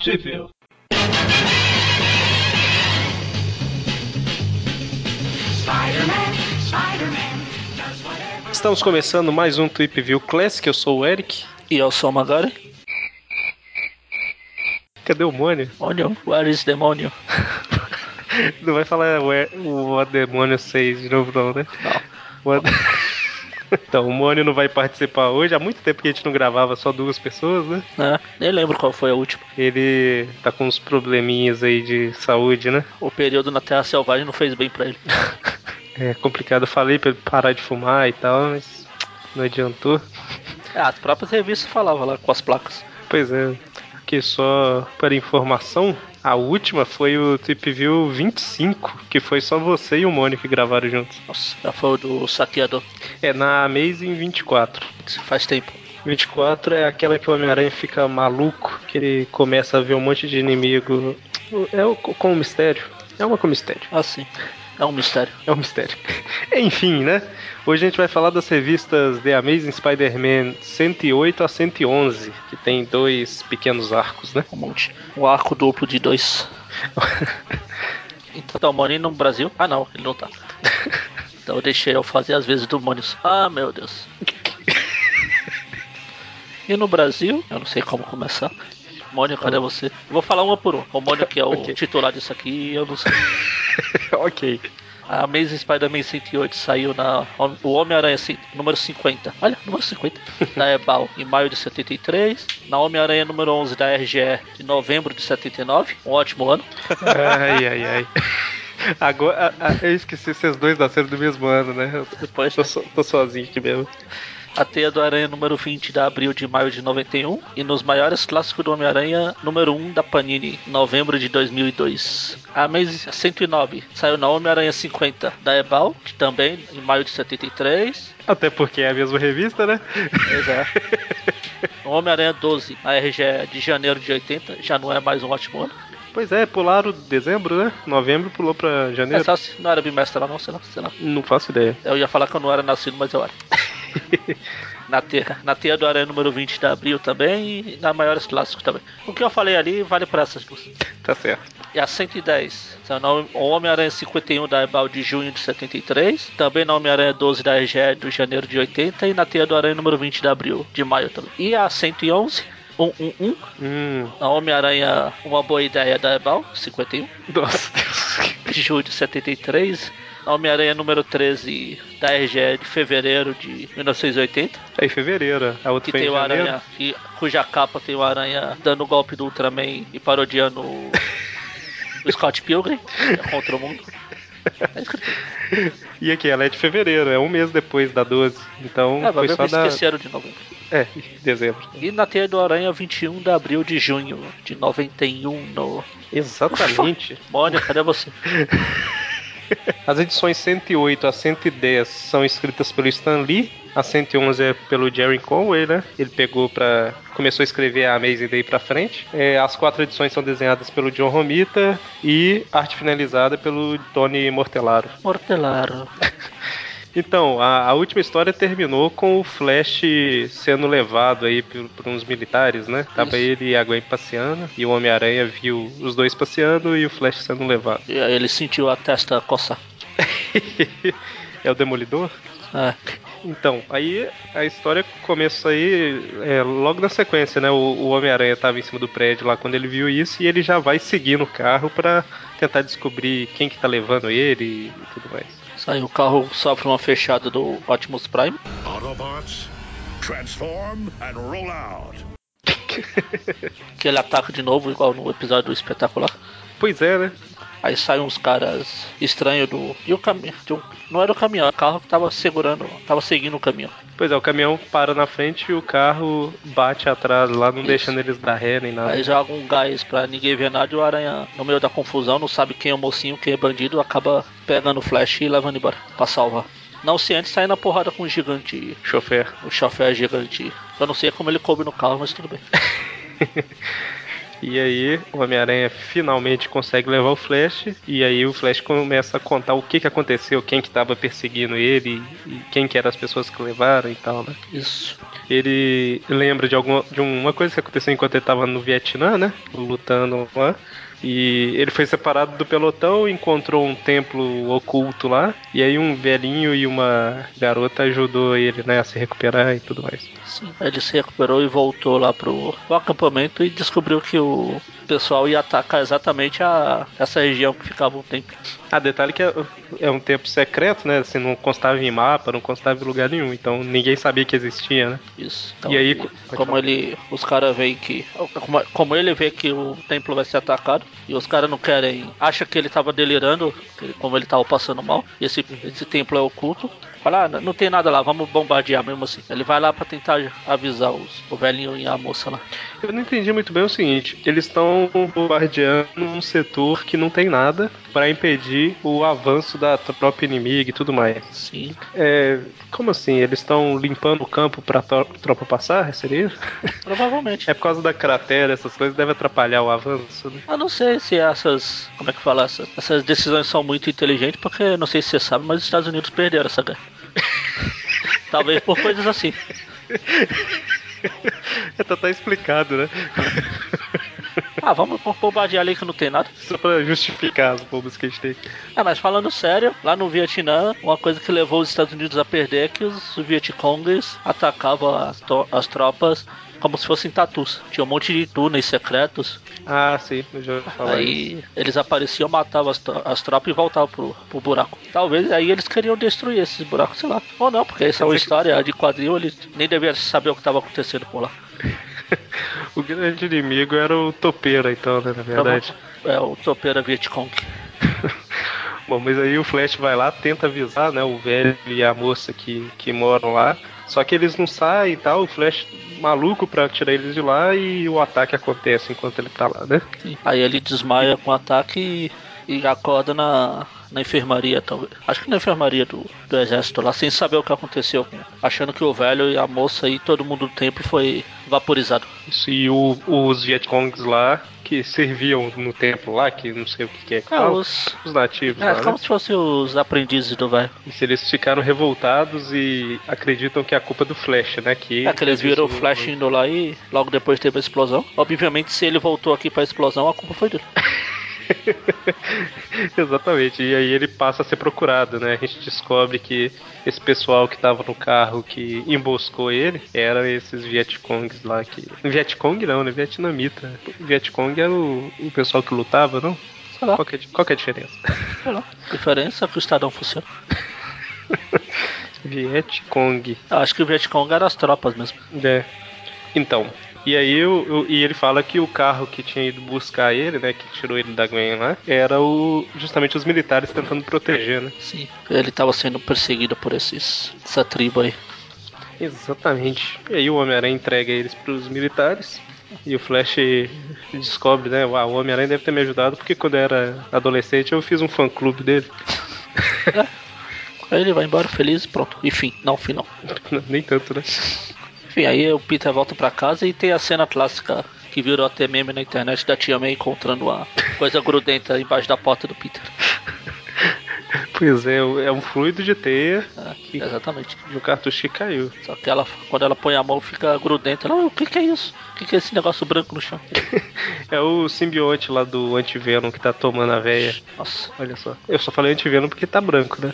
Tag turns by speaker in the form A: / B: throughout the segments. A: Sheffield.
B: Estamos começando mais um Trip View Classic, eu sou o Eric.
C: E eu sou o Magari.
B: Cadê o Mônio?
C: Onion, where is demônio?
B: Não vai falar o, E- o What Demônio 6 de novo não, né? Não. Então, o Mônio não vai participar hoje. Há muito tempo que a gente não gravava só duas pessoas, né?
C: Né? Nem lembro qual foi a última.
B: Ele tá com uns probleminhas aí de saúde, né?
C: O período na Terra Selvagem não fez bem pra ele.
B: É complicado. Eu falei pra ele parar de fumar e tal, mas não adiantou.
C: Ah, as próprias revistas falavam lá com as placas.
B: Pois é. Aqui só para informação, a última foi o Trip View 25, que foi só você e o Mônio que gravaram juntos.
C: Nossa, já foi o do saqueador.
B: É na Amazing 24.
C: Isso faz tempo.
B: 24 é aquela que o Homem-Aranha fica maluco, que ele começa a ver um monte de inimigo. É o, com o mistério. É uma com mistério.
C: Ah, sim. É um mistério.
B: É um mistério. Enfim, né? Hoje a gente vai falar das revistas The Amazing Spider-Man 108 a 111, que tem dois pequenos arcos, né?
C: Um monte. Um arco duplo de dois. Então tá o Moni no Brasil? Ah, não, ele não tá. Então eu deixei eu fazer as vezes do Moni. Ah, meu Deus. E no Brasil, eu não sei como começar. Mônio, cadê você? Eu Vou falar uma por uma. O Mônio que é o
B: Ok.
C: titular disso aqui, eu não sei.
B: ok.
C: A Amazing Spider-Man 108 saiu na O Homem-Aranha cin- número 50. Olha, número 50 da Ebal em maio de 73, na Homem-Aranha número 11 da RGE de novembro de 79. Um ótimo ano.
B: Ai, ai, ai. Agora, a- a- eu esqueci, vocês dois nasceram do mesmo ano, né? Eu
C: Depois
B: tô, so- tô sozinho aqui mesmo.
C: a Teia do Aranha número 20 da Abril de maio de 91 e nos maiores clássicos do Homem-Aranha número 1 da Panini, novembro de 2002. A Amazing 109 saiu na Homem-Aranha 50 da Ebal, que também em maio de 73,
B: Até porque é a mesma revista, né?
C: Pois é. O Homem-Aranha 12, a RGE de janeiro de 80, já não é mais um ótimo ano.
B: Pois é, pularam dezembro, né? Novembro pulou pra
C: É
B: janeiro.
C: só se não era bimestre lá não, sei lá, sei lá.
B: Não faço ideia.
C: Eu ia falar que eu não era nascido, mas eu era. na, teia, na teia do Aranha número 20 da Abril também e na Maiores Clássicos também. O que eu falei ali vale para essas duas.
B: Tá certo.
C: E a 110, são na Hom- Homem-Aranha 51 da Ebal de junho de 73, também na Homem-Aranha 12 da RGE de janeiro de 80 e na Teia do Aranha número 20 de abril de maio também. E um, a 111, 111,
B: Hum,
C: A Homem-Aranha, uma boa ideia da Ebal, 51,
B: nossa Deus.
C: de julho de 73. A Homem-Aranha número 13 da RGE de fevereiro de 1980,
B: Aí É fevereiro, a outra
C: que
B: foi em
C: tem o
B: janeiro.
C: Aranha, que, cuja capa tem o Aranha dando o golpe do Ultraman e parodiando o o Scott Pilgrim que é contra o mundo.
B: E aqui, ela é de fevereiro, é um mês depois da 12. Então
C: É, vai
B: foi
C: ver que
B: só da.
C: esqueceram de novo.
B: É, dezembro.
C: E na Teia do Aranha, 21 de abril de junho de 91 no...
B: Exatamente.
C: Mônica, cadê você?
B: As edições 108 a 110 são escritas pelo Stan Lee, a 111 é pelo Jerry Conway, né? Ele pegou pra. começou a escrever a Amazing daí pra frente. É, as quatro edições são desenhadas pelo John Romita e arte finalizada pelo Tony Mortellaro.
C: Mortelaro.
B: Então, a, a última história terminou com o Flash sendo levado aí por, por uns militares, né? Tava
C: Isso.
B: ele e a Gwen passeando, e o Homem-Aranha viu os dois passeando e o Flash sendo levado.
C: E aí ele sentiu a testa coçar.
B: é o Demolidor?
C: É.
B: Então, aí a história começa aí é, logo na sequência, né? O, o Homem-Aranha tava em cima do prédio lá quando ele viu isso e ele já vai seguir no carro pra tentar descobrir quem que tá levando ele e tudo mais.
C: Sai o carro sofre uma fechada do Optimus Prime.
D: Autobots, transform and roll out.
C: Que ele ataca de novo, igual no episódio do espetacular.
B: Pois é, né?
C: Aí saem uns caras estranhos do. E o caminho. de um- Não era o caminhão, era o carro que tava segurando. Tava seguindo o caminhão.
B: Pois é, o caminhão para na frente e o carro bate atrás lá, não
C: Isso.
B: deixando eles dar ré nem nada.
C: Aí joga um gás pra ninguém ver nada e o aranha, no meio da confusão, não sabe quem é o mocinho, quem é bandido, acaba pegando o flash e levando embora pra salvar. Não se antes sair na porrada com o gigante.
B: Chofer.
C: O chofer gigante. Eu não sei como ele coube no carro, mas tudo bem.
B: E aí, o Homem-Aranha finalmente consegue levar o Flash. E aí, o Flash começa a contar o que, que aconteceu, quem que tava perseguindo ele, e quem que eram as pessoas que levaram e tal, né?
C: Isso.
B: ele lembra de, alguma, de uma coisa que aconteceu enquanto ele estava no Vietnã, né? Lutando lá. E ele foi separado do pelotão, encontrou um templo oculto lá, e aí um velhinho e uma garota ajudou ele, né, a se recuperar e tudo mais.
C: Sim, ele se recuperou e voltou lá pro, pro acampamento e descobriu que o pessoal ia atacar exatamente a, essa região que ficava um tempo.
B: Ah, detalhe que é, é um tempo secreto, né, assim, não constava em mapa, não constava em lugar nenhum, então ninguém sabia que existia, né.
C: Isso. Então,
B: E aí,
C: ele-
B: co- pode
C: como
B: falar.
C: ele, os caras veem que, como, como ele vê que o templo vai ser atacado e os caras não querem, acha que ele tava delirando, que ele- como ele tava passando mal, e esse, esse templo é oculto. Fala, ah, n- não tem nada lá, vamos bombardear mesmo assim. Ele vai lá pra tentar avisar os, o velhinho e a moça lá.
B: Eu não entendi muito bem o seguinte: eles estão bombardeando um setor que não tem nada para impedir o avanço da tropa inimiga e tudo mais.
C: Sim.
B: É, como assim? Eles estão limpando o campo para tropa passar? Seria isso?
C: Provavelmente.
B: É por causa da cratera, essas coisas deve atrapalhar o avanço, né?
C: Eu não sei se essas. Como é que fala? Essas, essas decisões são muito inteligentes, porque não sei se você sabe, mas os Estados Unidos perderam essa guerra. Talvez por coisas assim.
B: tá, tá explicado, né?
C: Ah, vamos bombardear ali que não tem nada.
B: Só pra justificar as bombas que a gente tem.
C: É, mas falando sério, lá no Vietnã, uma coisa que levou os Estados Unidos a perder é que os Vietcongs atacavam as, to- as tropas como se fossem tatus. Tinha um monte de túneis secretos.
B: Ah, sim, eu já ouvi falar isso.
C: aí eles apareciam, matavam as, tro- as tropas e voltavam pro, pro buraco. Talvez aí eles queriam destruir esses buracos, sei lá. Ou não, porque essa é uma
B: dizer que-
C: história de quadril, eles nem deveriam saber o que estava acontecendo por lá.
B: O grande inimigo era o topeiro, então, né? Na verdade.
C: É, o topeira Vietcong.
B: Bom, mas aí o Flash vai lá, tenta avisar, né, o velho e a moça que, que moram lá. Só que eles não saem e tal, o Flash maluco pra tirar eles de lá e o ataque acontece enquanto ele tá lá, né?
C: Aí ele desmaia com o ataque e, e acorda na, na enfermaria, talvez. Acho que na enfermaria do, do exército lá, sem saber o que aconteceu. Achando que o velho e a moça e todo mundo do tempo foi vaporizado.
B: Isso, e o, os Vietcongs lá, que serviam no templo lá, que não sei o que, que é que
C: É,
B: fala,
C: os.
B: os nativos lá,
C: É,
B: né?
C: como se fossem os aprendizes do velho.
B: Isso, eles ficaram revoltados e acreditam que é a culpa do Flash, né? Que,
C: É que eles viram o
B: isso-
C: Flash indo lá e logo depois teve a explosão. Obviamente, se ele voltou aqui pra explosão, a culpa foi dele.
B: Exatamente, e aí ele passa a ser procurado, né? A gente descobre que esse pessoal que tava no carro que emboscou ele eram esses Vietcongs lá que. Vietcong não, né? Vietnamita. Vietcong era o, o pessoal que lutava, não?
C: Sei lá,
B: Qual que é, a di- qual que é a diferença?
C: sei lá. A diferença é que o Estadão funciona.
B: Vietcong,
C: Eu acho que o Vietcong era as tropas mesmo.
B: né? Então. E aí o- o- e ele fala que o carro que tinha ido buscar ele, né? Que tirou ele da Gwen lá, era o justamente os militares tentando proteger, né?
C: Sim. Ele tava sendo perseguido por esses, essa tribo aí.
B: Exatamente. E aí o Homem-Aranha entrega eles pros militares. E o Flash descobre, né? "Uau, o Homem-Aranha deve ter me ajudado, porque quando eu era adolescente eu fiz um fã clube dele.
C: Aí ele vai embora feliz, pronto. Enfim, não, fim não.
B: Nem tanto, né?
C: Enfim, aí o Peter volta pra casa e tem a cena clássica que virou até meme na internet da Tia May encontrando a coisa grudenta embaixo da porta do Peter.
B: Pois é, é um fluido de teia
C: É, exatamente.
B: de um cartucho que caiu.
C: Só que ela, quando ela põe a mão, fica grudenta. Ela, "Ué, o que, que é isso? O que, que é esse negócio branco no chão?
B: É o simbionte lá do antivenom que tá tomando a veia.
C: Nossa.
B: Olha só. Eu só falei antivenom porque tá branco, né?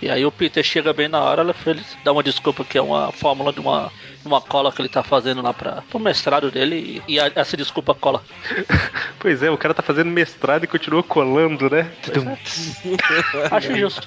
C: E aí o Peter chega bem na hora, ela ele dá uma desculpa que é uma fórmula de uma, uma cola que ele tá fazendo lá pra, pro mestrado dele. E, e a- essa desculpa cola.
B: Pois é, o cara tá fazendo mestrado e continua colando, né?
C: Acho justo.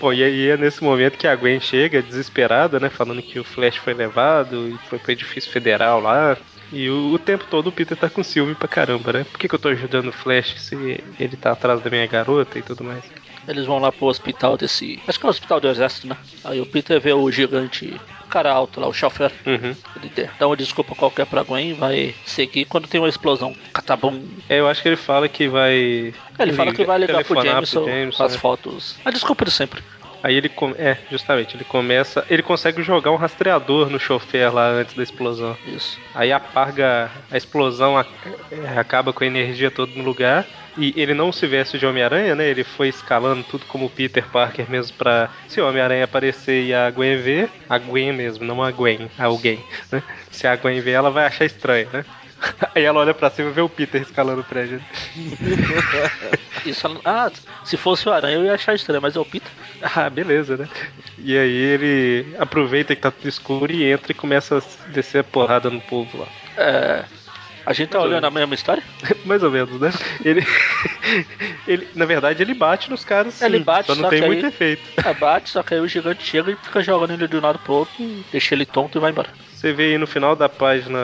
B: Bom, e aí é nesse momento que a Gwen chega, desesperada, né? Falando que o Flash foi levado e foi pro edifício federal lá. E o, o tempo todo o Peter tá com ciúme pra caramba, né? Por que, que eu tô ajudando o Flash se ele tá atrás da minha garota e tudo mais?
C: Eles vão lá pro hospital desse. Acho que é o hospital do exército, né? Aí o Peter vê o gigante, o cara alto lá, o chofer.
B: Uhum.
C: Ele dê- dá uma desculpa qualquer pra Gwen e vai seguir quando tem uma explosão. Catabum.
B: É, eu acho que ele fala que vai.
C: É, Ele fala que vai ligar pro
B: telefonar
C: Jameson, com as
B: né?
C: fotos. A desculpa de sempre.
B: Aí ele come... é, justamente, ele começa, ele consegue jogar um rastreador no chofer lá antes da explosão.
C: Isso.
B: Aí apaga a explosão, a- é, acaba com a energia toda no lugar. E ele não se veste de Homem-Aranha, né? Ele foi escalando tudo como Peter Parker mesmo pra se o Homem-Aranha aparecer e a Gwen ver, a Gwen mesmo, não a Gwen, alguém, né? Se a Gwen ver, ela vai achar estranho, né? Aí ela olha pra cima e vê o Peter escalando o prédio.
C: Isso. Ah, se fosse o Aranha eu ia achar estranho, mas é o Peter.
B: Ah, beleza, né? E aí ele aproveita que tá tudo escuro e entra e começa a descer a porrada no povo lá.
C: É, a gente tá olhando a mesma história?
B: Mais ou menos, né? Ele, ele na verdade, ele bate nos caras. Sim,
C: Ele bate,
B: só não
C: só
B: tem
C: que
B: muito
C: aí-
B: efeito.
C: É, bate, só que aí o gigante chega e fica jogando ele de um lado pro outro, e deixa ele tonto e vai embora.
B: Você vê aí no final da página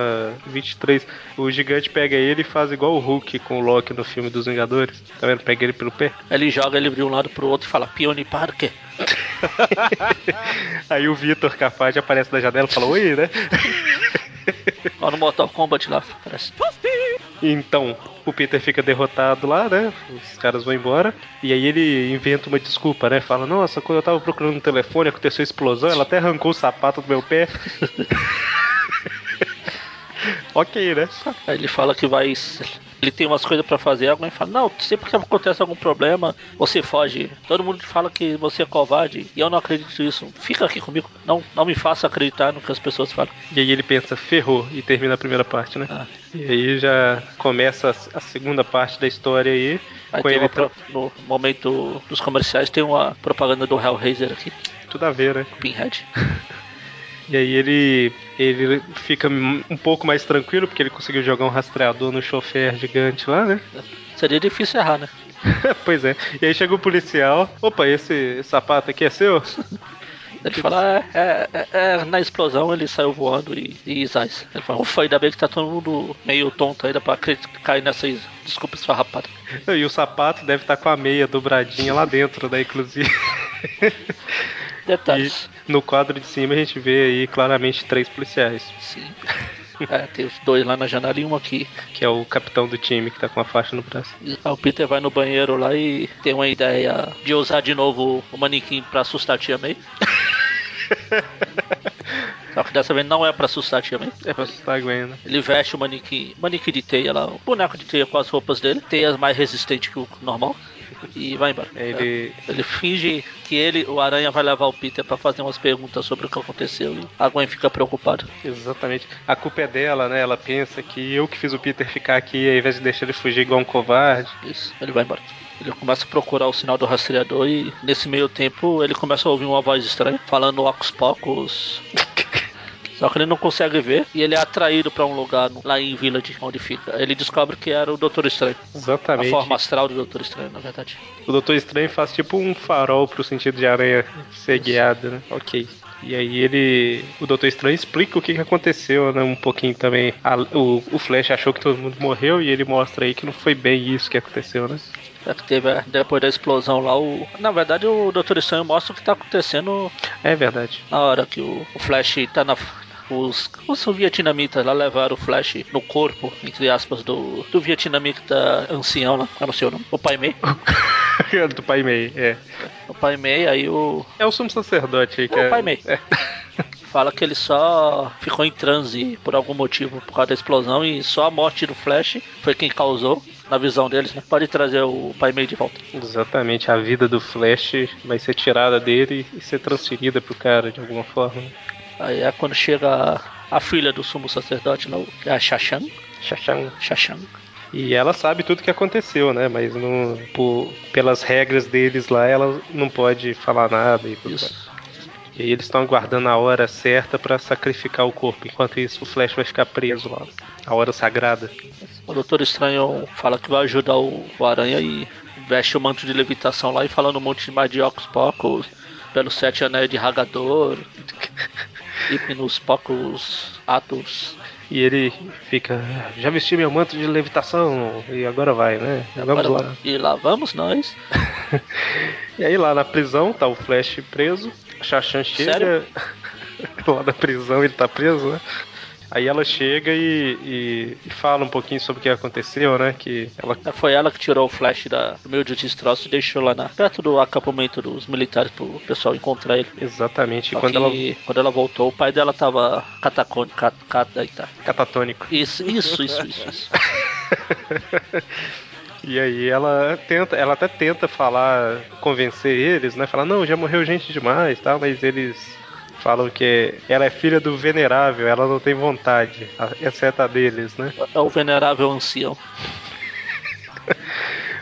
B: 23, o gigante pega ele e faz igual o Hulk com o Loki no filme dos Vingadores. Tá vendo? Pega ele pelo pé.
C: Ele joga ele de um lado pro outro e fala, Pione Parker.
B: aí o Vitor Capaz aparece da janela e fala: Oi, né?
C: Ó, no Mortal Kombat lá, parece.
B: Então, o Peter fica derrotado lá, né? Os caras vão embora. E aí ele inventa uma desculpa, né? Fala, nossa, quando eu tava procurando um telefone, aconteceu a explosão, ela até arrancou o sapato do meu pé. ok, né?
C: Aí ele fala que vai. Ele tem umas coisas pra fazer, alguém fala, não, sempre que acontece algum problema, você foge. Todo mundo fala que você é covarde, e eu não acredito nisso. Fica aqui comigo. Não, não me faça acreditar no que as pessoas falam.
B: E aí ele pensa, ferrou, e termina a primeira parte, né?
C: Ah,
B: E aí já começa a a segunda parte da história aí.
C: aí
B: com
C: tem
B: ele
C: uma pro- no momento dos comerciais tem uma propaganda do Hellraiser aqui,
B: tra- tudo a ver, né?
C: Pinhead.
B: E aí ele, ele fica um pouco mais tranquilo, porque ele conseguiu jogar um rastreador no chofer gigante lá, né?
C: Seria difícil errar, né?
B: pois é. E aí chega o policial. Opa, esse sapato aqui é seu?
C: Ele fala, "Ah, é, é, é, na explosão ele saiu voando e, e isais. Ele fala, ufa, ainda bem que tá todo mundo meio tonto ainda pra acre- cair nessa is- desculpa esfarrapada.
B: E o sapato deve estar com a meia dobradinha lá dentro, né? Inclusive. E
C: Detalhes.
B: no quadro de cima a gente vê aí claramente três policiais.
C: Sim. É, tem os dois lá na janela e um aqui.
B: Que é o capitão do time que tá com a faixa no braço.
C: E O Peter vai no banheiro lá e tem uma ideia de usar de novo o manequim pra assustar a tia May. Só que dessa vez não é pra assustar a tia May.
B: É pra assustar a Gwen, né?
C: Ele veste o manequim, manequim de teia lá, o boneco de teia com as roupas dele, teias mais resistentes que o normal, e vai embora. É.
B: Ele.
C: Ele finge que ele, o Aranha, vai levar o Peter pra fazer umas perguntas sobre o que aconteceu e a Gwen fica preocupada.
B: Exatamente. A culpa é dela, né? Ela pensa que eu que fiz o Peter ficar aqui ao invés de deixar ele fugir igual um covarde.
C: Isso, ele vai embora. Ele começa a procurar o sinal do rastreador e nesse meio tempo ele começa a ouvir uma voz estranha falando ocos pocos. Só que ele não consegue ver e ele é atraído pra um lugar no- lá em Village, onde fica. Ele descobre que era o Doutor Estranho. A
B: Exatamente.
C: forma astral do Doutor Estranho, na verdade.
B: O Doutor Estranho faz tipo um farol pro sentido de aranha ser guiada, né? Ok. E aí ele. O Doutor Estranho explica o que, que aconteceu, né? Um pouquinho também. A- o, o Flash achou que todo mundo morreu e ele mostra aí que não foi bem isso que aconteceu, né?
C: É que teve a- depois da explosão lá o. Na verdade o Doutor Estranho mostra o que tá acontecendo
B: É verdade.
C: Na hora que o, o Flash tá na. Os, os vietnamitas lá levaram o Flash no corpo, entre aspas, do, do vietnamita ancião lá, eu não sei o nome, o Pai Mei.
B: Do Pai Mei, é.
C: O Pai Mei, aí o.
B: É o sumo sacerdote aí que
C: É o
B: é-
C: Pai Mei.
B: é.
C: Fala que ele só ficou em transe por algum motivo, por causa da explosão, e só a morte do Flash foi quem causou, na visão deles, né? Pode trazer o Pai Mei de volta.
B: Exatamente, a vida do Flash vai ser tirada dele e ser transferida pro cara de alguma forma.
C: Aí é quando chega a, a filha do sumo sacerdote lá, o- é a Shashan.
B: Xaxão.
C: Shashan.
B: E ela sabe tudo o que aconteceu, né? Mas não, por- pelas regras deles lá, ela não pode falar nada e tudo.
C: Isso.
B: mais. E aí eles estão aguardando a hora certa pra sacrificar o corpo. Enquanto isso, o Flash vai ficar preso lá. A hora sagrada.
C: O Doutor Estranho fala que vai ajudar o, o Aranha e veste o manto de levitação lá e falando um monte de mais de Ocus Pocos, pelos sete anéis de Ragador, Hipnos Pocos, Atos.
B: E ele fica. "Ah, Já vesti meu manto de levitação e agora vai, né? Vamos
C: Agora-
B: lá.
C: E lá vamos nós.
B: E aí lá na prisão tá o Flash preso. Xaxan chega. lá na prisão ele tá preso, né? Aí ela chega e, e- e fala um pouquinho sobre o que aconteceu, né? Que ela
C: Foi ela que tirou o flash da, do meio de destroço e deixou lá na, perto do acampamento dos militares pro pessoal encontrar ele.
B: exatamente
C: Só
B: quando
C: que
B: ela
C: quando ela voltou, o pai dela tava catacônico. Cat, cat, aí tá.
B: catatônico.
C: Isso, isso, isso, isso. isso.
B: E aí ela tenta, ela até tenta falar, convencer eles, né? Falar, não, já morreu gente demais, tal, mas eles falam que ela é filha do venerável, ela não tem vontade, a- exceto a deles, né?
C: É o venerável ancião.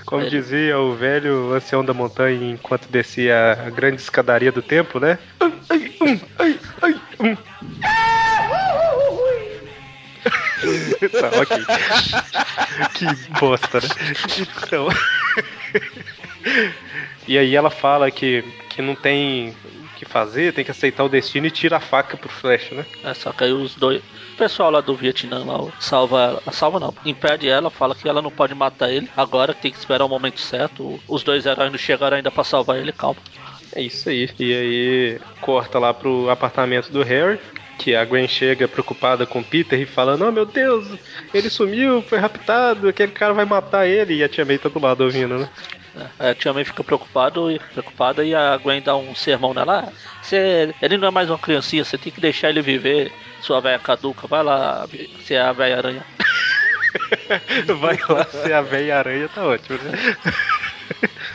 B: Como
C: Ele-
B: dizia o velho ancião da montanha enquanto descia a grande escadaria do tempo, né? Ai, ai, um, ai, ai, um. tá, ok. que bosta, né? Então. e aí ela fala que, que não tem o que fazer, tem que aceitar o destino e tira a faca pro Flash, né?
C: É, só que aí os dois. O pessoal lá do Vietnã lá, ó, salva ela. Salva não. Impede ela, fala que ela não pode matar ele. Agora que tem que esperar o momento certo. Os dois heróis não chegaram ainda pra salvar ele, calma.
B: É isso aí. E aí corta lá pro apartamento do Harry. Que a Gwen chega preocupada com o Peter e falando: Oh meu Deus, ele sumiu, foi raptado, aquele cara vai matar ele. E a tia May tá do lado ouvindo, né?
C: É, a tia May fica preocupado, e- preocupada e a Gwen dá um sermão nela. "Ah, Você, ele não é mais uma criancinha, você tem que deixar ele viver. Sua velha caduca, vai lá, você é a velha aranha.
B: Vai lá ser a velha aranha, tá ótimo, né?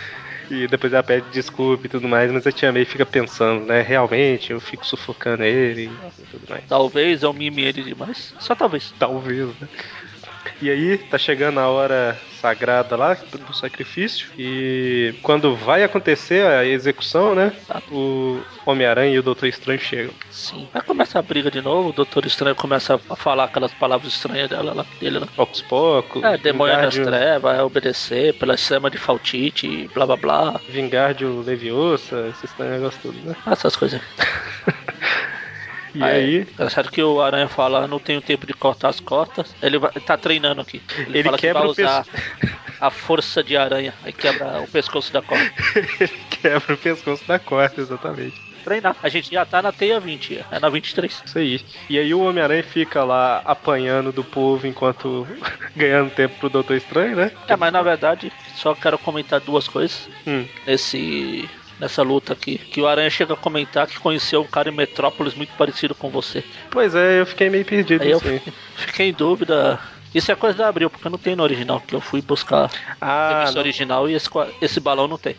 B: E depois ela pede desculpa e tudo mais, mas a tia May fica pensando, né? Realmente, eu fico sufocando ele e tudo mais.
C: Talvez eu mime ele demais. Só talvez.
B: Talvez, né? E aí, tá chegando a hora sagrada lá do sacrifício. E quando vai acontecer a execução, né? O Homem-Aranha e o Doutor Estranho chegam.
C: Sim. Aí começa a briga de novo, o Doutor Estranho começa a falar aquelas palavras estranhas dela lá, dele lá.
B: Aos poucos.
C: É, demônio das
B: Vingardium-
C: trevas, vai obedecer pela chama de faltite, blá blá blá.
B: Vingardium Leviosa, esses negócios tudo, né?
C: Essas coisas.
B: E aí,
C: É certo que o Aranha fala, não tenho tempo de cortar as costas. Ele, vai, ele tá treinando aqui. Ele,
B: Ele
C: fala que
B: quebra
C: vai
B: o
C: usar
B: pesco-
C: a força de aranha. Aí quebra o pescoço da corda.
B: ele quebra o pescoço da corda, exatamente.
C: Treinar. A gente já tá na teia 20, é na 23.
B: Isso aí. E aí o Homem-Aranha fica lá apanhando do povo enquanto ganhando tempo pro Doutor Estranho, né?
C: É, mas na verdade, só quero comentar duas coisas.
B: Hum.
C: nesse nessa luta aqui, que o Aranha chega a comentar que conheceu um cara em Metrópolis muito parecido com você.
B: Pois é, eu fiquei meio perdido
C: Aí eu
B: assim.
C: fi- fiquei em dúvida. Isso é coisa da Abril, porque não tem no original, que eu fui buscar
B: Ah,
C: esse original e esse, qua- esse balão não tem.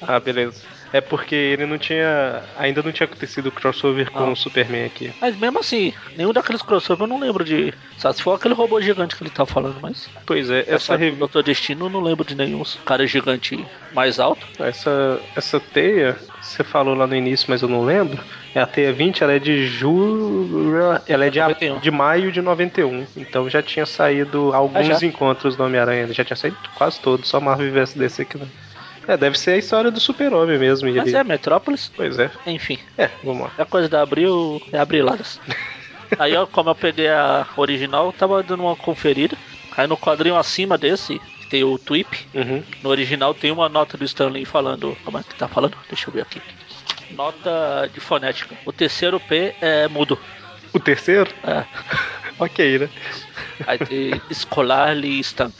B: Ah, beleza. É porque ele não tinha. Ainda não tinha acontecido o crossover com
C: Ah.
B: o Superman aqui.
C: Mas mesmo assim, nenhum daqueles crossover eu não lembro de. Só se for aquele robô gigante que ele tá falando, mas.
B: Pois é, essa,
C: do
B: rev-
C: Doutor Destino eu não lembro de nenhum cara gigante mais alto.
B: essa, essa teia, você falou lá no início, mas eu não lembro. É a teia 20, ela é de julho. Ela é de, a-
C: 91.
B: de maio de 91. Então já tinha saído
C: Ah,
B: alguns
C: já?
B: encontros do Homem-Aranha. Já tinha saído quase todos, só Marvel vs DC que não. É, deve ser a história do Super-Homem mesmo. e
C: Mas
B: ele-
C: é Metrópolis,
B: Pois é.
C: enfim.
B: É, vamos lá.
C: É coisa da Abril, é abriladas. Aí, eu, como eu peguei a original, eu tava dando uma conferida. Aí no quadrinho acima desse, que tem o Twip.
B: Uhum.
C: No original tem uma nota do Stanley falando. Como é que tá falando? Deixa eu ver aqui. Nota de fonética. O terceiro P é mudo.
B: O terceiro?
C: É.
B: Ok, né?
C: Aí tem escolar e Stan.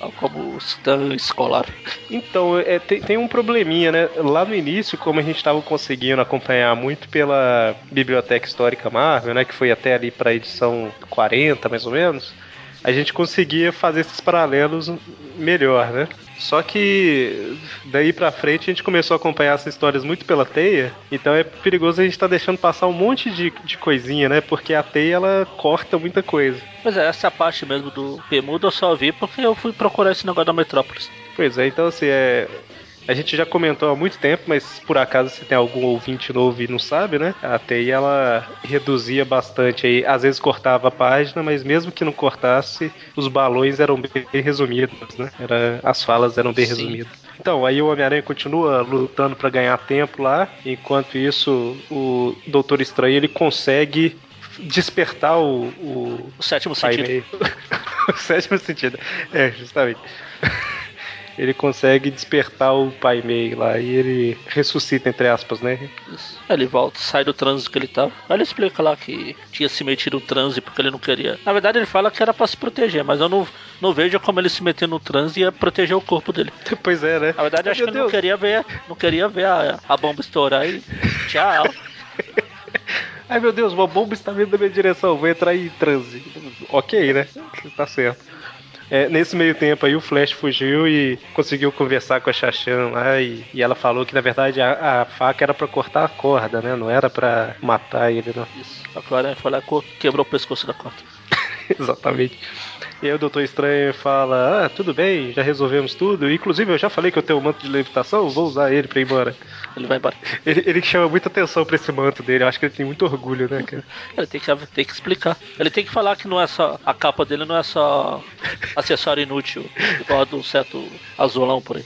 C: Ó, Como Stan escolar.
B: Então, é, tem, tem um probleminha, né? Lá no início, como a gente estava conseguindo acompanhar muito pela Biblioteca Histórica Marvel, né? Que foi até ali para edição 40, mais ou menos, a gente conseguia fazer esses paralelos melhor, né? Só que daí pra frente a gente começou a acompanhar essas histórias muito pela teia, então é perigoso a gente estar deixando passar um monte de, de coisinha, né? Porque a teia ela corta muita coisa.
C: Pois é, essa parte mesmo do P mudo eu só vi porque eu fui procurar esse negócio da Metrópolis.
B: Pois é, então assim, é... a gente já comentou há muito tempo, mas por acaso se tem algum ouvinte novo e não sabe, né? A TI ela reduzia bastante aí, às vezes cortava a página, mas mesmo que não cortasse, os balões eram bem resumidos, né? Era... As falas eram bem
C: Sim.
B: resumidas. Então, aí o Homem-Aranha continua lutando pra ganhar tempo lá, enquanto isso o Doutor Estranho ele consegue despertar o, o
C: O sétimo
B: Pai
C: sentido.
B: meio. o sétimo sentido. É, justamente. ele consegue despertar o Pai Mei lá e ele ressuscita, entre aspas, né?
C: Isso. Aí ele volta, sai do trânsito que ele tava. Aí ele explica lá que tinha se metido no trânsito porque ele não queria. Na verdade, ele fala que era pra se proteger, mas eu não, não vejo como ele se meter no trânsito ia proteger o corpo dele.
B: Pois é, né?
C: Na verdade, eu acho
B: Meu
C: que ele não
B: Deus.
C: queria ver, não queria ver a, a bomba estourar e tchau.
B: Ai meu Deus, uma bomba está vindo na minha direção, vou entrar em transe. Ok, né? Tá certo. É, nesse meio tempo aí o Flash fugiu e conseguiu conversar com a Shashan lá e, e ela falou que na verdade a, a faca era pra cortar a corda, né? Não era pra matar ele, não.
C: Isso. Só que o Aranha foi lá e co- quebrou o pescoço da conta.
B: Exatamente. E aí o Doutor Estranho fala: Ah, tudo bem, já resolvemos tudo. Inclusive eu já falei que eu tenho um manto de levitação, vou usar ele pra ir embora.
C: Ele vai embora.
B: Ele, ele chama muita atenção pra esse manto dele, eu acho que ele tem muito orgulho, né, cara?
C: Ele tem que, tem que explicar. Ele tem que falar que não é só. A capa dele não é só acessório inútil, igual a de um certo azulão por aí.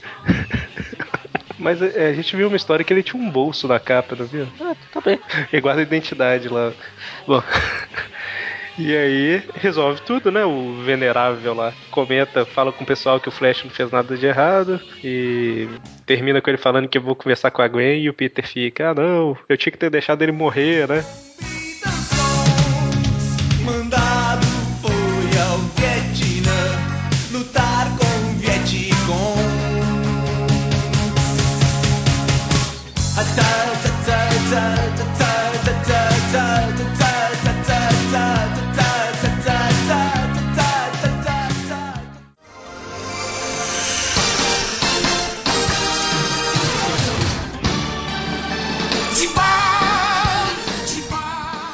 B: Mas é, a gente viu uma história que ele tinha um bolso na capa, não viu?
C: Ah, tá bem.
B: Ele guarda a identidade lá. Bom. E aí, resolve tudo, né? O venerável lá comenta, fala com o pessoal que o Flash não fez nada de errado e termina com ele falando que eu vou conversar com a Gwen e o Peter fica: Ah, não, eu tinha que ter deixado ele morrer, né?
A: Mandado foi ao Vietnã lutar com o Vietcong.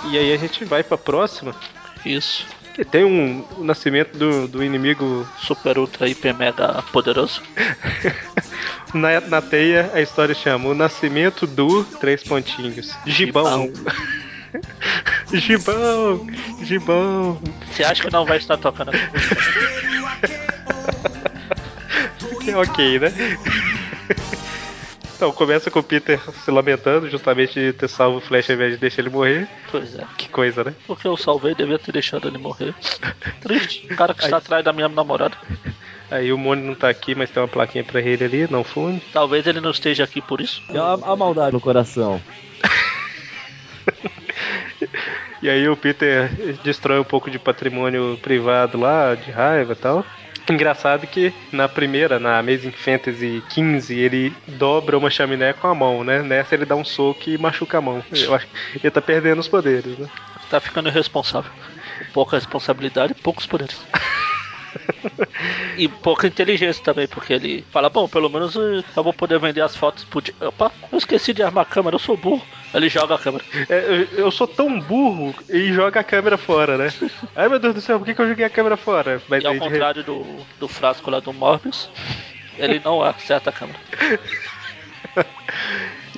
B: E aí a gente vai pra próxima,
C: Isso.
B: que tem um o nascimento do, do inimigo
C: Super Ultra Hiper Mega Poderoso.
B: na, na teia, a história chama O Nascimento do Três Pontinhos. Gibão. Gibão! Gibão!
C: Você acha que não vai estar tocando essa música?
B: Que é ok, né? Então, começa com o Peter se lamentando justamente de ter salvo o Flash ao invés de deixar ele morrer.
C: Pois é.
B: Que coisa, né?
C: Porque eu salvei, devia ter deixado ele morrer. Triste. O cara que está atrás da minha namorada.
B: Aí o Mone não tá aqui, mas tem uma plaquinha pra ele ali, não fume.
C: Talvez ele não esteja aqui por isso.
E: É uma, uma maldade no coração.
B: E aí o Peter destrói um pouco de patrimônio privado lá, de raiva e tal. Engraçado que na primeira, na Amazing Fantasy 15, ele dobra uma chaminé com a mão, né? Nessa ele dá um soco e machuca a mão. Eu acho que ele tá perdendo os poderes, né?
C: Tá ficando irresponsável. Pouca responsabilidade, poucos poderes. e pouca inteligência também, porque ele fala, bom, pelo menos eh, eu vou poder vender as fotos pro. di- Opa, eu esqueci de armar a câmera, eu sou burro. Ele joga a câmera.
B: É, eu- eu sou tão burro e joga a câmera fora, né? Ai meu Deus do céu, por que, que eu joguei a câmera fora? Mas
C: E ao
B: aí, de re-
C: contrário do, do frasco lá do Morbius, ele não acerta a câmera.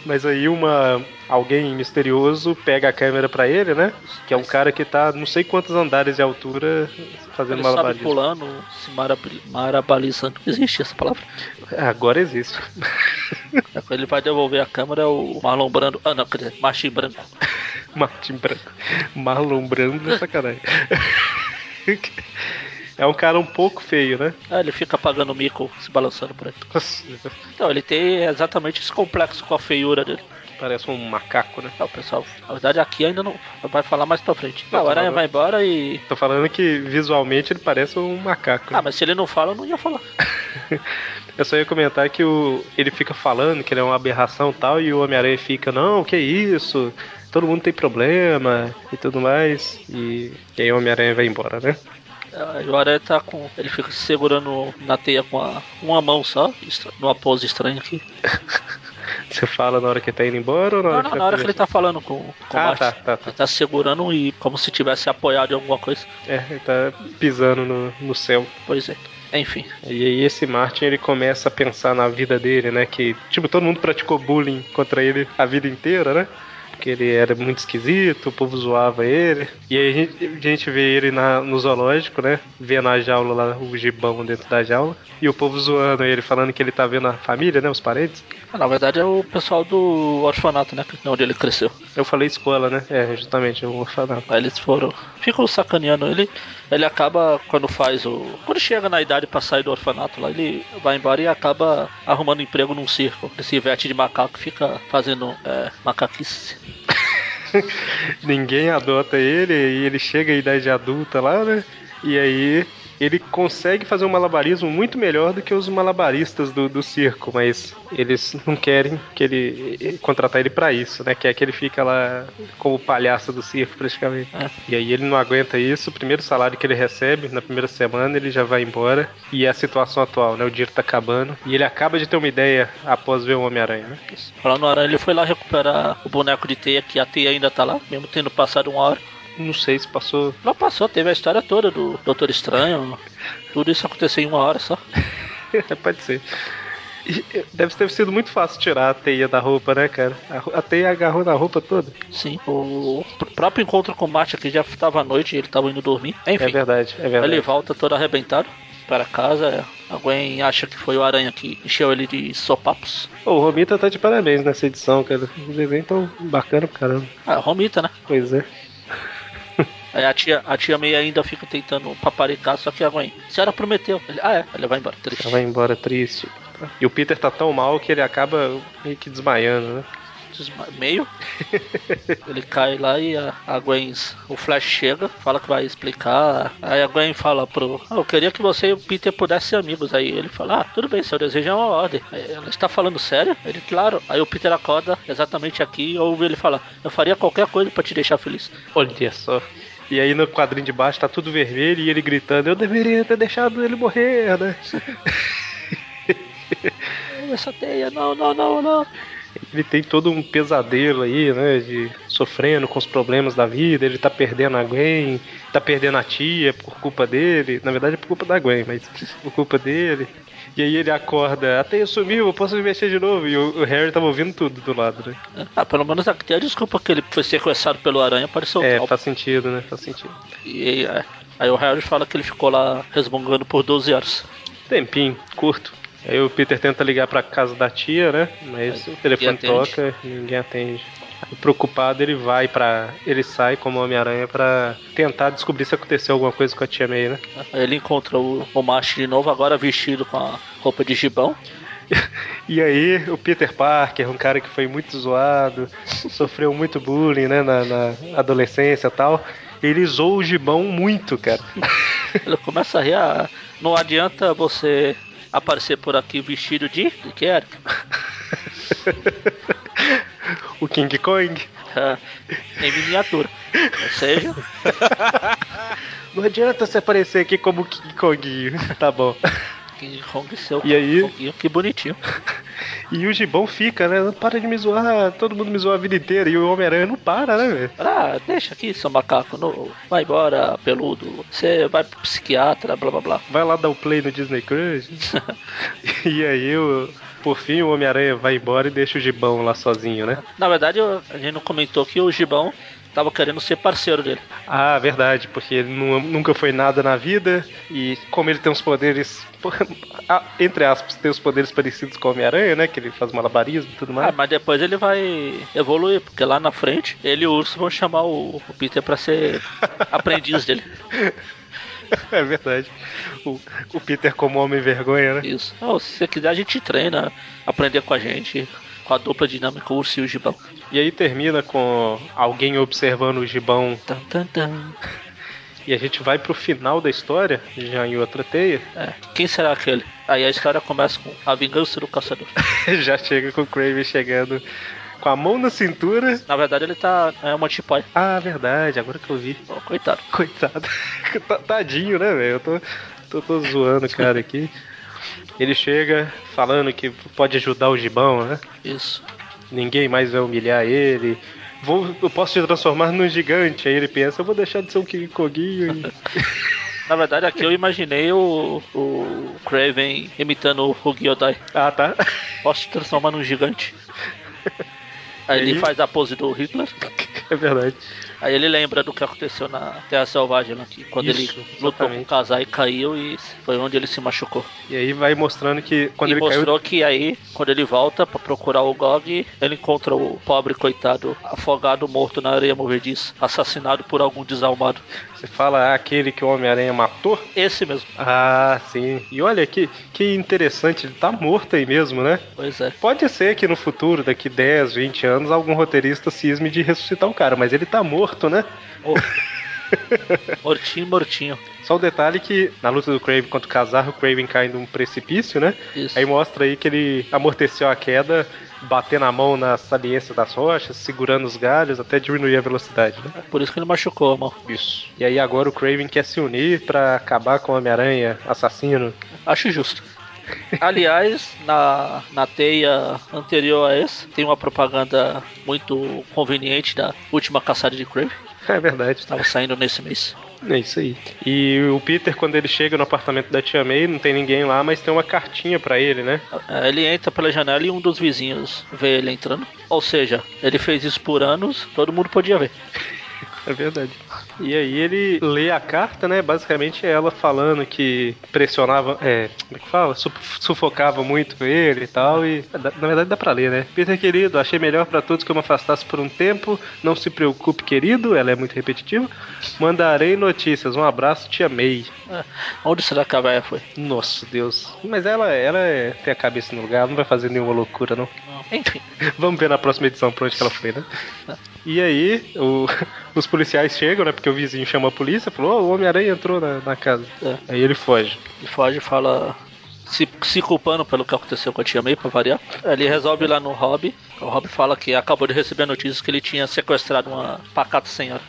B: mas aí uma alguém misterioso pega a câmera pra ele, né? Que é um cara que tá não sei quantos andares de altura fazendo
C: Ele sabe
B: malabarismo.
C: pulando, se marabil- marabalizando. Existe essa palavra.
B: Agora existe.
C: É quando Ele vai devolver a câmera, o Marlon Brando. Ah, não, quer dizer, Martin Branco.
B: Martin Branco. Marlon Brando é sacanagem. É um cara um pouco feio, né?
C: Ah, ele fica pagando mico, se balançando por aí.
B: Nossa,
C: Então, ele tem exatamente esse complexo com a feiura dele.
B: Parece um macaco, né?
C: Não, pessoal, na verdade aqui ainda não vai falar mais pra frente.
B: Não,
C: Não, o Aranha
B: claro.
C: vai embora e.
B: Tô falando que visualmente ele parece um macaco. né?
C: Ah, mas se ele não fala, eu não ia falar.
B: Eu só ia comentar que o, ele fica falando que ele é uma aberração e tal, e o Homem-Aranha fica, não, que isso? Todo mundo tem problema e tudo mais. E, e aí o Homem-Aranha vai embora, né?
C: Ah, e O Aranha tá com. Ele fica se segurando na teia com a- uma mão só, estra- numa pose estranha aqui.
B: Você fala na hora que tá indo embora ou na
C: Não,
B: hora
C: não,
B: que
C: na hora que ele
B: ele
C: tá falando com, com
B: Ah,
C: o Martin.
B: tá, tá, tá.
C: Ele tá segurando e como se tivesse apoiado em alguma coisa.
B: É, ele tá pisando no, no céu.
C: Pois é. Enfim.
B: E aí esse Martin, ele começa a pensar na vida dele, né? Que, tipo, todo mundo praticou bullying contra ele a vida inteira, né? porque ele era muito esquisito, o povo zoava ele. E aí a gente, a gente vê ele na- no zoológico, né? Vendo a jaula lá, o gibão dentro da jaula. E o povo zoando ele, falando que ele tá vendo a família, né? Os parentes.
C: Na verdade é o pessoal do orfanato, né? Onde ele cresceu.
B: Eu falei escola, né? É, justamente, eu vou falar.
C: Aí eles foram. Ficam sacaneando ele. Ele acaba, quando faz o. Quando chega na idade pra sair do orfanato lá, ele vai embora e acaba arrumando emprego num circo. Esse vete de macaco fica fazendo é, macaquice.
B: Ninguém adota ele, e ele chega à idade adulta lá, né? E aí ele consegue fazer um malabarismo muito melhor do que os malabaristas do, do circo, mas eles não querem que ele eh, contratar ele pra isso, né? Quer que ele fica lá como palhaço do circo, praticamente.
C: É.
B: E aí ele não aguenta isso, o primeiro salário que ele recebe, na primeira semana, ele já vai embora. E é a situação atual, né? O dinheiro tá acabando. E ele acaba de ter uma ideia após ver o Homem-Aranha, né?
C: Falando no aranha, ele foi lá recuperar o boneco de teia, que a teia ainda tá lá, mesmo tendo passado uma hora.
B: Não sei se passou
C: Lá passou, teve a história toda do Doutor Estranho. Tudo isso aconteceu em uma hora só.
B: É, Pode ser. E, eh, Deve ter sido muito fácil tirar a teia da roupa, né, cara? A ro- A teia agarrou na roupa toda.
C: Sim, o pr- próprio encontro com o Marty aqui já estava à noite, ele estava indo dormir. Enfim,
B: É verdade, é
C: ele
B: verdade.
C: volta todo arrebentado para casa. é, Alguém acha que foi o aranha que encheu ele de sopapos.
B: Ô, o Romita tá de parabéns nessa edição, cara. Os desenhos tão bacana pra caramba.
C: Ah, Romita, né?
B: Pois é.
C: Aí a tia, a tia meio ainda fica tentando paparicar, só que alguém. A senhora prometeu. Ele, ah, é, ele vai embora, triste.
B: Ela vai embora triste. E o Peter tá tão mal que ele acaba meio que desmaiando, né?
C: Desma- Meio. ele cai lá e a, a Gwen, o Flash chega, fala que vai explicar. Aí a Gwen fala pro. "Ah, eu queria que você e o Peter pudessem ser amigos. Aí ele fala, ah, tudo bem, seu desejo é uma ordem. Aí ela está falando sério? Ele, claro. Aí o Peter acorda exatamente aqui e ouve ele falar, eu faria qualquer coisa pra te deixar feliz.
B: Olha só. E aí no quadrinho de baixo tá tudo vermelho e ele gritando, eu deveria ter deixado ele morrer, né?
C: Essa teia, não, não, não, não.
B: Ele tem todo um pesadelo aí, né? De sofrendo com os problemas da vida, ele tá perdendo a Gwen, tá perdendo a tia por culpa dele. Na verdade é por culpa da Gwen, mas por culpa dele. E aí ele acorda, a teia sumiu, eu posso me mexer de novo. E o o Harry tava ouvindo tudo do lado, né?
C: Ah, pelo menos aqui a desculpa que ele foi sequestrado pelo aranha para soltar
B: É,
C: o
B: faz sentido, né? Faz sentido.
C: E é, aí o Harry fala que ele ficou lá resmungando por 12 horas.
B: Tempinho, curto. Aí o Peter tenta ligar pra casa da tia, né? Mas o telefone
C: atende.
B: toca, ninguém atende. Aí, preocupado, ele vai pra. Ele sai como Homem-Aranha pra tentar descobrir se aconteceu alguma coisa com a tia May, né?
C: Aí ele encontra o, o Marsh de novo, agora vestido com a roupa de gibão.
B: E aí, o Peter Parker, um cara que foi muito zoado, sofreu muito bullying, né, na, na adolescência e tal. Ele zoou o gibão muito, cara.
C: Ele começa a rir. "Ah, não adianta você aparecer por aqui vestido de. de que era?
B: o King Kong.
C: Ah, em miniatura. Ou seja,
B: Não adianta você aparecer aqui como o King Kong. tá bom.
C: King Kong seu.
B: E aí?
C: Konguinho, Que bonitinho.
B: E o gibão fica, né? Não para de me zoar, todo mundo me zoa a vida inteira. E o Homem-Aranha não para, né, velho?
C: Ah, deixa aqui, seu macaco. Não, vai embora, peludo. Você vai pro psiquiatra, blá blá blá.
B: Vai lá dar o play no Disney Crush. e aí, o- por fim, o Homem-Aranha vai embora e deixa o gibão lá sozinho, né?
C: Na verdade, eu- a gente não comentou que o Gibão tava querendo ser parceiro dele.
B: Ah, verdade, porque ele nu- nunca foi nada na vida e como ele tem os poderes, ah, entre aspas, tem os poderes parecidos com o Homem-Aranha, né? Que ele faz malabarismo e tudo
C: Ah,
B: mais.
C: mas depois ele vai evoluir, porque lá na frente ele e o urso vão chamar o, o Peter pra ser aprendiz dele.
B: é verdade. O, o Peter como homem vergonha, né?
C: Isso. Ah, se você quiser, a gente treina, aprender com a gente, com a dupla dinâmica, o urso e o gibão.
B: E aí termina com alguém observando o gibão
C: Tan, tan, tan.
B: e a gente vai pro final da história, já em outra teia,
C: É, Quem será aquele? Aí a história começa com a vingança do caçador.
B: já chega com o Kraven chegando com a mão na cintura.
C: Na verdade, ele tá. É uma tipóia.
B: Ah, verdade, agora que eu vi.
C: Oh, coitado.
B: Coitado. Ta- Tadinho, né, velho? Eu tô, tô, tô zoando o cara aqui. Ele chega falando que pode ajudar o Gibão, né?
C: Isso.
B: Ninguém mais vai humilhar ele. Vou, eu posso te transformar num gigante. Aí ele pensa, eu vou deixar de ser um King Koguinho. e-
C: Na verdade, aqui eu imaginei o, o Craven imitando o Gyodai.
B: ah, tá.
C: Posso te transformar num gigante. Aí ele
B: Aí-
C: faz a pose do Hitler.
B: É verdade.
C: Aí ele lembra do que aconteceu na Terra Selvagem lá, que quando
B: Isso,
C: ele lutou com o
B: exatamente.
C: casal e caiu e foi onde ele se machucou.
B: E aí vai mostrando que quando
C: e
B: ele
C: mostrou que aí, quando ele volta pra procurar o Gog, ele encontra o pobre coitado afogado, morto na areia movediça, assassinado por algum desalmado.
B: caiu, você fala "Ah, aquele que o Homem-Aranha matou.
C: Esse mesmo.
B: Ah, sim. E olha que, que interessante, ele tá morto aí mesmo, né?
C: Pois é.
B: Pode ser que no futuro, daqui 10, 20 anos, algum roteirista cisme de ressuscitar o cara, mas ele tá morto, né?
C: Morto. mortinho, mortinho.
B: Só o detalhe que na luta do Craven contra o Casarro, o Craven cai num precipício, né?
C: Isso.
B: Aí mostra aí que ele amorteceu a queda, batendo a mão na saliência das rochas, segurando os galhos até diminuir a velocidade, né?
C: Por isso que ele machucou a mão.
B: Isso. E aí agora o Craven quer se unir pra acabar com o Homem-Aranha assassino.
C: Acho justo. Aliás, na, na teia anterior a essa, tem uma propaganda muito conveniente da última caçada de Crave, que
B: É verdade, tá.
C: estava saindo nesse mês.
B: É isso aí. E o Peter, quando ele chega no apartamento da Tia May, não tem ninguém lá, mas tem uma cartinha pra ele, né?
C: É, Ele entra pela janela e um dos vizinhos vê ele entrando. Ou seja, ele fez isso por anos, todo mundo podia ver.
B: É verdade. E aí ele lê a carta, né? Basicamente é ela falando que pressionava, é, como é que fala? Su- sufocava muito ele e tal. E na verdade dá pra ler, né? Peter querido, achei melhor pra todos que eu me afastasse por um tempo. Não se preocupe, querido. Ela é muito repetitiva. Mandarei notícias. Um abraço, te amei.
C: É, Onde será que a véia foi?
B: Nossa Deus. Mas ela, ela é- tem a cabeça no lugar. Ela não vai fazer nenhuma loucura, não.
C: Enfim,
B: Vamos ver na próxima edição pra onde que ela foi, né? E aí, o- os policiais chegam, né? Porque o vizinho chama a polícia e falou: Ô, o Homem-Aranha entrou na, na casa.
C: É.
B: Aí ele foge.
C: ele foge e fala. Se, se culpando pelo que aconteceu com a tia May, pra variar. Ele resolve ir lá no Rob. O Rob fala que acabou de receber a notícia que ele tinha sequestrado uma pacata senhora.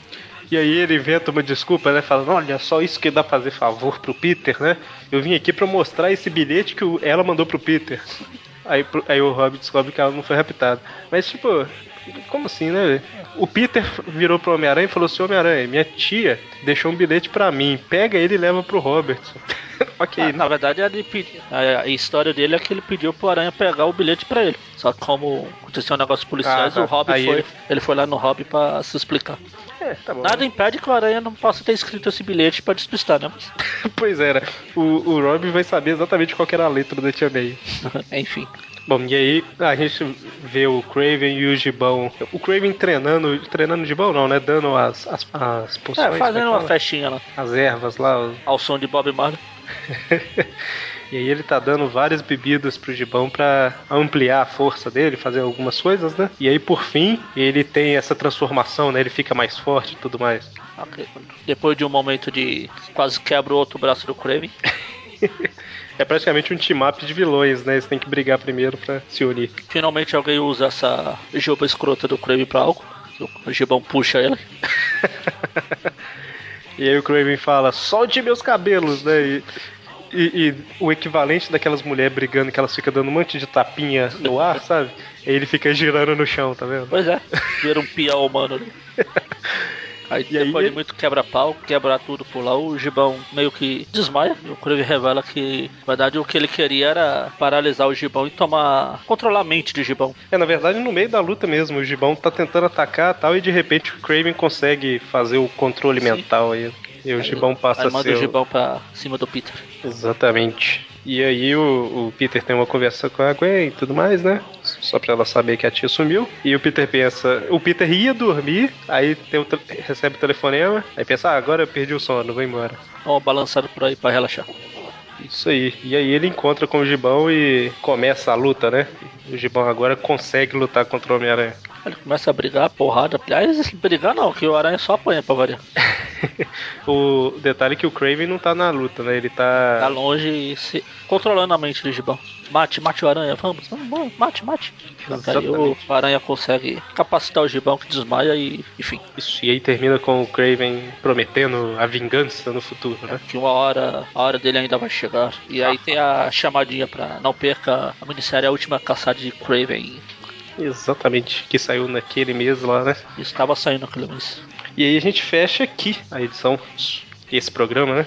B: E aí ele inventa uma desculpa, né? Falando: Olha, só isso que dá pra fazer favor pro Peter, né? Eu vim aqui pra mostrar esse bilhete que o- ela mandou pro Peter. Aí, pro- aí o Rob descobre que ela não foi raptada. Mas, tipo. Como assim, né? velho? O Peter virou pro Homem-Aranha e falou assim: Homem-Aranha, minha tia deixou um bilhete pra mim. Pega ele e leva pro Robert. ok,
C: Ah,
B: não.
C: na verdade, ele pedi- a, a história dele é que ele pediu pro Aranha pegar o bilhete pra ele. Só que como aconteceu um negócio policial,
B: Ah, tá.
C: o Rob
B: Aí
C: foi. Ele...
B: ele-
C: foi lá no Rob pra se explicar.
B: É, tá bom.
C: Nada impede que o Aranha não possa ter escrito esse bilhete pra despistar, né?
B: Pois era, o, o Rob vai saber exatamente qual que era a letra da Tia May.
C: Enfim.
B: Bom, e aí a gente vê o Craven e o Gibão. O Craven treinando, treinando o Gibão não, né? Dando as, as, as
C: É,
B: poções, como
C: fazendo uma
B: é que fala?
C: festinha lá,
B: as ervas lá. os-
C: ao som de Bob Marley.
B: e aí ele tá dando várias bebidas pro Gibão pra ampliar a força dele, fazer algumas coisas, né? E aí por fim, ele tem essa transformação, né? Ele fica mais forte e tudo mais.
C: Ok. Depois de um momento de quase quebra o outro braço do Kraven.
B: É praticamente um team-up de vilões, né? Eles têm que brigar primeiro pra se unir.
C: Finalmente alguém usa essa juba escrota do Kraven pra algo. O Gibão puxa ele.
B: E aí o Craven fala, solte meus cabelos, né? E, e- e o equivalente daquelas mulheres brigando que elas ficam dando um monte de tapinha no ar, sabe? E ele fica girando no chão, tá vendo?
C: Pois é, vira um piau humano ali. Aí
B: E aí
C: depois de
B: ele-
C: muito quebra-pau, quebrar tudo por lá, o Gibão meio que desmaia. E o Kraven revela que, na verdade, o que ele queria era paralisar o Gibão e tomar. controlar a mente do Gibão.
B: É, na verdade, no meio da luta mesmo, o Gibão tá tentando atacar e tal, e de repente o Craven consegue fazer o controle
C: Sim.
B: mental aí. E o Gibão passa
C: Aí
B: a
C: manda o
B: ser. o-
C: Gibão pra cima do Peter.
B: Exatamente. E aí o, o Peter tem uma conversa com a Gwen e tudo mais, né? Só pra ela saber que a tia sumiu. E o Peter pensa, o Peter ia dormir, aí tem o te- recebe o telefonema, aí pensa, ah, agora eu perdi o sono, vou embora.
C: Dá uma balançada Então, por aí pra relaxar.
B: Isso aí. E aí ele encontra com o Gibão e começa a luta, né? O Gibão agora consegue lutar contra o Homem-Aranha.
C: Ele começa a brigar, porrada. Aliás, brigar não, que o Aranha só apanha pra variar.
B: o detalhe é que o Craven não tá na luta, né? Ele tá.
C: Tá longe e se... controlando a mente do Gibão. Mate, mate o aranha, vamos, vamos, vamos, mate, mate. Aí o
B: Exatamente.
C: aranha consegue capacitar o Gibão que desmaia e, enfim,
B: Isso, e aí termina com o Craven prometendo a vingança no futuro, né?
C: que uma hora, a hora dele ainda vai chegar. E aí tem a chamadinha pra não perca a minissérie A Última Caçada de Craven.
B: Exatamente, que saiu naquele mês lá, né?
C: Isso estava saindo naquele mês.
B: E aí a gente fecha aqui a edição, esse programa, né?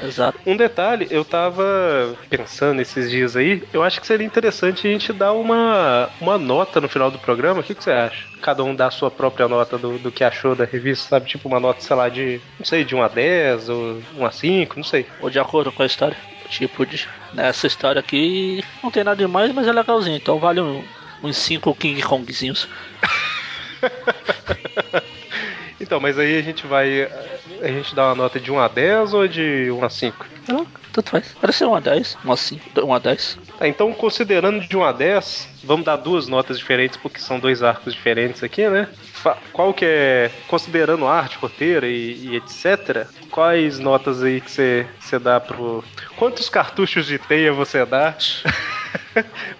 C: Exato.
B: Um detalhe, eu tava pensando esses dias aí, eu acho que seria interessante a gente dar uma, uma nota no final do programa. O que, que você acha? Cada um dá a sua própria nota do, do que achou da revista, sabe? Tipo uma nota, sei lá, de, não sei, de 1 a 10 ou 1 a 5, não sei.
C: Ou de acordo com a história. Tipo, de, nessa história aqui não tem nada demais, mas é legalzinho. Então vale um- uns 5 King Kongzinhos.
B: Então, mas aí a gente vai. A gente dá uma nota de 1 a 10 ou de 1 a 5?
C: Sei lá, Tá tanto faz. Parece ser 1 a 10, 1 a 5, 1 a 10.
B: Tá, então considerando de 1 a 10, vamos dar duas notas diferentes, porque são dois arcos diferentes aqui, né? Fa- Qual que é, considerando arte, roteiro e, e etc, quais notas aí que você você dá pro... Quantos cartuchos de teia você dá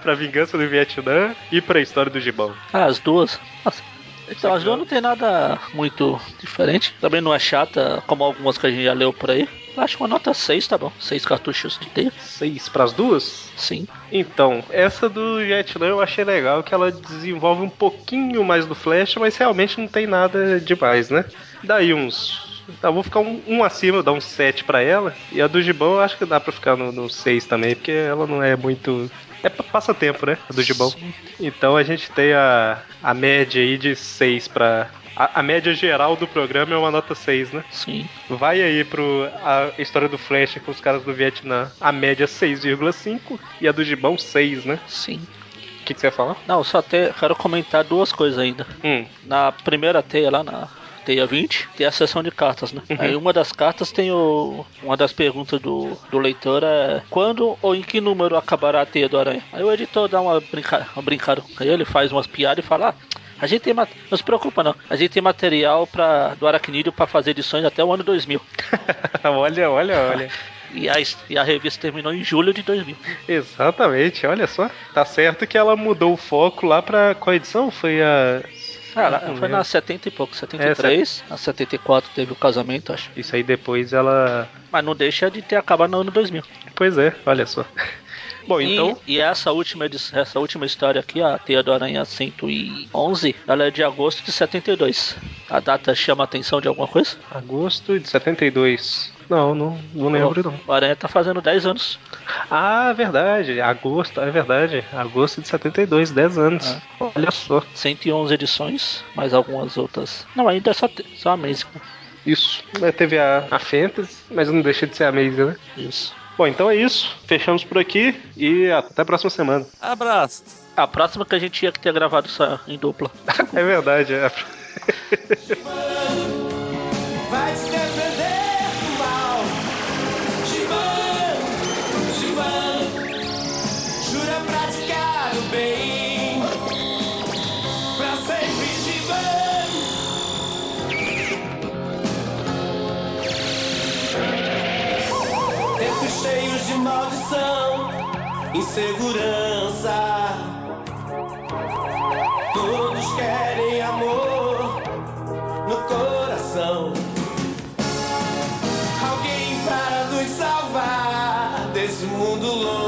B: pra Vingança do Vietnã e pra História do Gibão?
C: Ah, as duas. Nossa. Então, as duas não tem nada muito diferente. Também não é chata, como algumas que a gente já leu por aí. Eu Acho que uma nota 6, tá bom. 6 cartuchos de teia.
B: Seis pras duas?
C: Sim.
B: Então, essa do Vietnã eu achei legal que ela desenvolve um pouquinho mais do Flash, mas realmente não tem nada demais, né? Daí uns. Tá, vou ficar um, um acima, dar um 7 pra ela. E a do Gibão eu acho que dá pra ficar no, no 6 também, porque ela não é muito. É pa- passatempo, né? A do Gibão.
C: Sim.
B: Então a gente tem a, a média aí de 6 pra. A, a média geral do programa é uma nota 6, né?
C: Sim.
B: Vai aí pro a história do Flash com os caras do Vietnã, a média 6,5 e a do Gibão 6, né?
C: Sim.
B: O que, que você ia falar?
C: Não, só até quero comentar duas coisas ainda.
B: Hum,
C: Na primeira teia lá, na teia 20, tem a seção de cartas, né? Aí uma das cartas tem o. Uma das perguntas do, do leitor é quando ou em que número acabará a teia do aranha? Aí o editor dá uma, brinca, uma brincada com ele, faz umas piadas e fala. "Ah, a gente tem ma- não se preocupa não. A gente tem material para do Aracnídeo para fazer edições até o ano 2000.
B: olha, olha, olha.
C: E a, his- e a revista terminou em julho de 2000.
B: Exatamente, olha só. Tá certo que ela mudou o foco lá pra. Qual edição? Foi a.
C: Ah,
B: Não
C: foi
B: lembro.
C: na 70 e pouco, 73, na 74 teve o casamento, acho.
B: Isso aí depois ela.
C: Mas não deixa de ter acabado no ano 2000.
B: Pois é, olha só. Bom, então.
C: E, e essa, última, edi- essa última história aqui, a Teia do Aranha 111, ela é de agosto de 72. A data chama a atenção de alguma coisa?
B: Agosto de 72. Não, não, não lembro não.
C: O Aranha tá fazendo 10 anos.
B: Ah, verdade. Agosto, é verdade. Agosto de 72, 10 anos.
C: Ah.
B: Olha só.
C: 111 edições, mais algumas outras. Não, ainda é só, te- só né? a mesma.
B: Isso. Mas Teve a, a Fantasy, mas não deixa de ser a Maze, né?
C: Isso.
B: Bom, então é isso. Fechamos por aqui e até a próxima semana.
E: Abraço.
C: A próxima que a gente ia ter gravado só em dupla.
B: É verdade. É.
A: Vai se defender do mal. Gibão, Gibão, jura praticar o bem. Pra sempre, Gibão. Tempos cheios de maldição, insegurança. Todos querem amor no coração. Alguém para nos salvar desse mundo louco. um